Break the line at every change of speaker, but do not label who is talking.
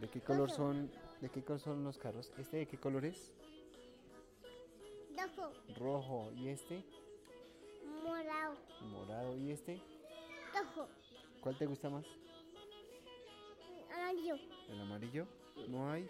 ¿De qué color son, de qué color son los carros? ¿Este de qué color es?
Rojo,
Rojo. ¿Y este?
morado,
Morado. ¿Y este?
rojo,
¿Cuál te gusta más?
amarillo.
¿El amarillo? ¿No hay?